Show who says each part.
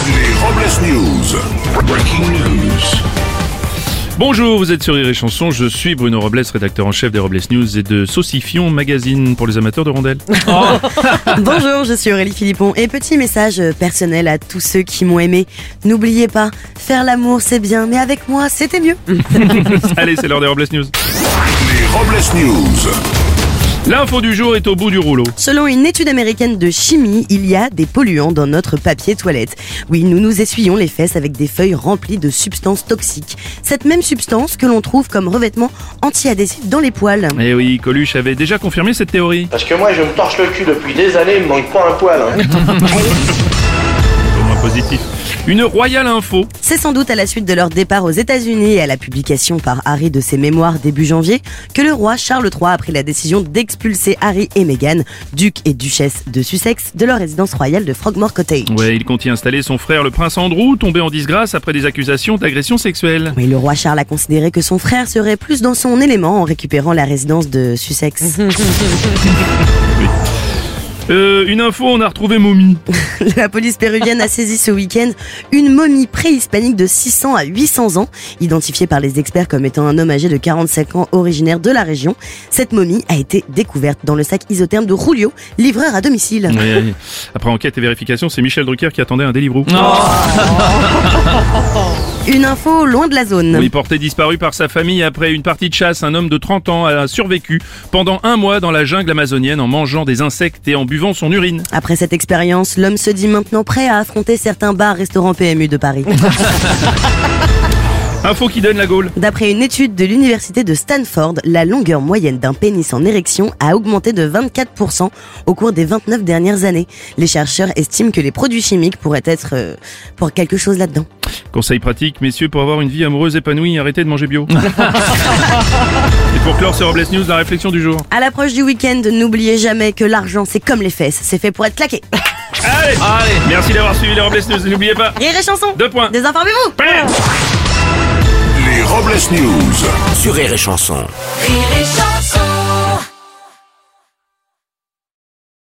Speaker 1: Robles News. Breaking news.
Speaker 2: Bonjour, vous êtes sur Rire et Chanson, je suis Bruno Robles, rédacteur en chef des Robles News et de Saucifion Magazine pour les amateurs de rondelles.
Speaker 3: Bonjour, je suis Aurélie Philippon et petit message personnel à tous ceux qui m'ont aimé. N'oubliez pas, faire l'amour c'est bien, mais avec moi c'était mieux.
Speaker 2: Allez, c'est l'heure des Robles News.
Speaker 1: Les Robles News.
Speaker 2: L'info du jour est au bout du rouleau.
Speaker 3: Selon une étude américaine de chimie, il y a des polluants dans notre papier toilette. Oui, nous nous essuyons les fesses avec des feuilles remplies de substances toxiques. Cette même substance que l'on trouve comme revêtement anti-adhésif dans les poils.
Speaker 2: Eh oui, Coluche avait déjà confirmé cette théorie.
Speaker 4: Parce que moi, je me torche le cul depuis des années, il me manque pas un poil. hein.
Speaker 2: Au moins positif. Une royale info.
Speaker 3: C'est sans doute à la suite de leur départ aux États-Unis et à la publication par Harry de ses mémoires début janvier que le roi Charles III a pris la décision d'expulser Harry et Meghan, duc et duchesse de Sussex, de leur résidence royale de Frogmore Cottage.
Speaker 2: Ouais, il compte y installer son frère le prince Andrew, tombé en disgrâce après des accusations d'agression sexuelle.
Speaker 3: Mais le roi Charles a considéré que son frère serait plus dans son élément en récupérant la résidence de Sussex.
Speaker 2: Euh, une info, on a retrouvé Momie.
Speaker 3: La police péruvienne a saisi ce week-end une momie préhispanique de 600 à 800 ans, identifiée par les experts comme étant un homme âgé de 45 ans originaire de la région. Cette momie a été découverte dans le sac isotherme de Julio, livreur à domicile.
Speaker 2: Ouais, ouais. Après enquête et vérification, c'est Michel Drucker qui attendait un Deliveroo.
Speaker 3: Une info loin de la zone.
Speaker 2: Oui, porté disparu par sa famille après une partie de chasse, un homme de 30 ans a survécu pendant un mois dans la jungle amazonienne en mangeant des insectes et en buvant son urine.
Speaker 3: Après cette expérience, l'homme se dit maintenant prêt à affronter certains bars, restaurants PMU de Paris.
Speaker 2: Info qui donne la gaule.
Speaker 3: D'après une étude de l'université de Stanford, la longueur moyenne d'un pénis en érection a augmenté de 24% au cours des 29 dernières années. Les chercheurs estiment que les produits chimiques pourraient être euh, pour quelque chose là-dedans.
Speaker 2: Conseil pratique, messieurs, pour avoir une vie amoureuse épanouie, arrêtez de manger bio. et pour clore ce Robles News, la réflexion du jour.
Speaker 3: À l'approche du week-end, n'oubliez jamais que l'argent, c'est comme les fesses, c'est fait pour être claqué.
Speaker 2: Allez, Merci d'avoir suivi les Robles News, et n'oubliez pas.
Speaker 3: Rire et chanson
Speaker 2: Deux points.
Speaker 3: Désinformez-vous
Speaker 1: Les Robles News.
Speaker 5: sur Rire et Chanson.
Speaker 6: Rire et chanson.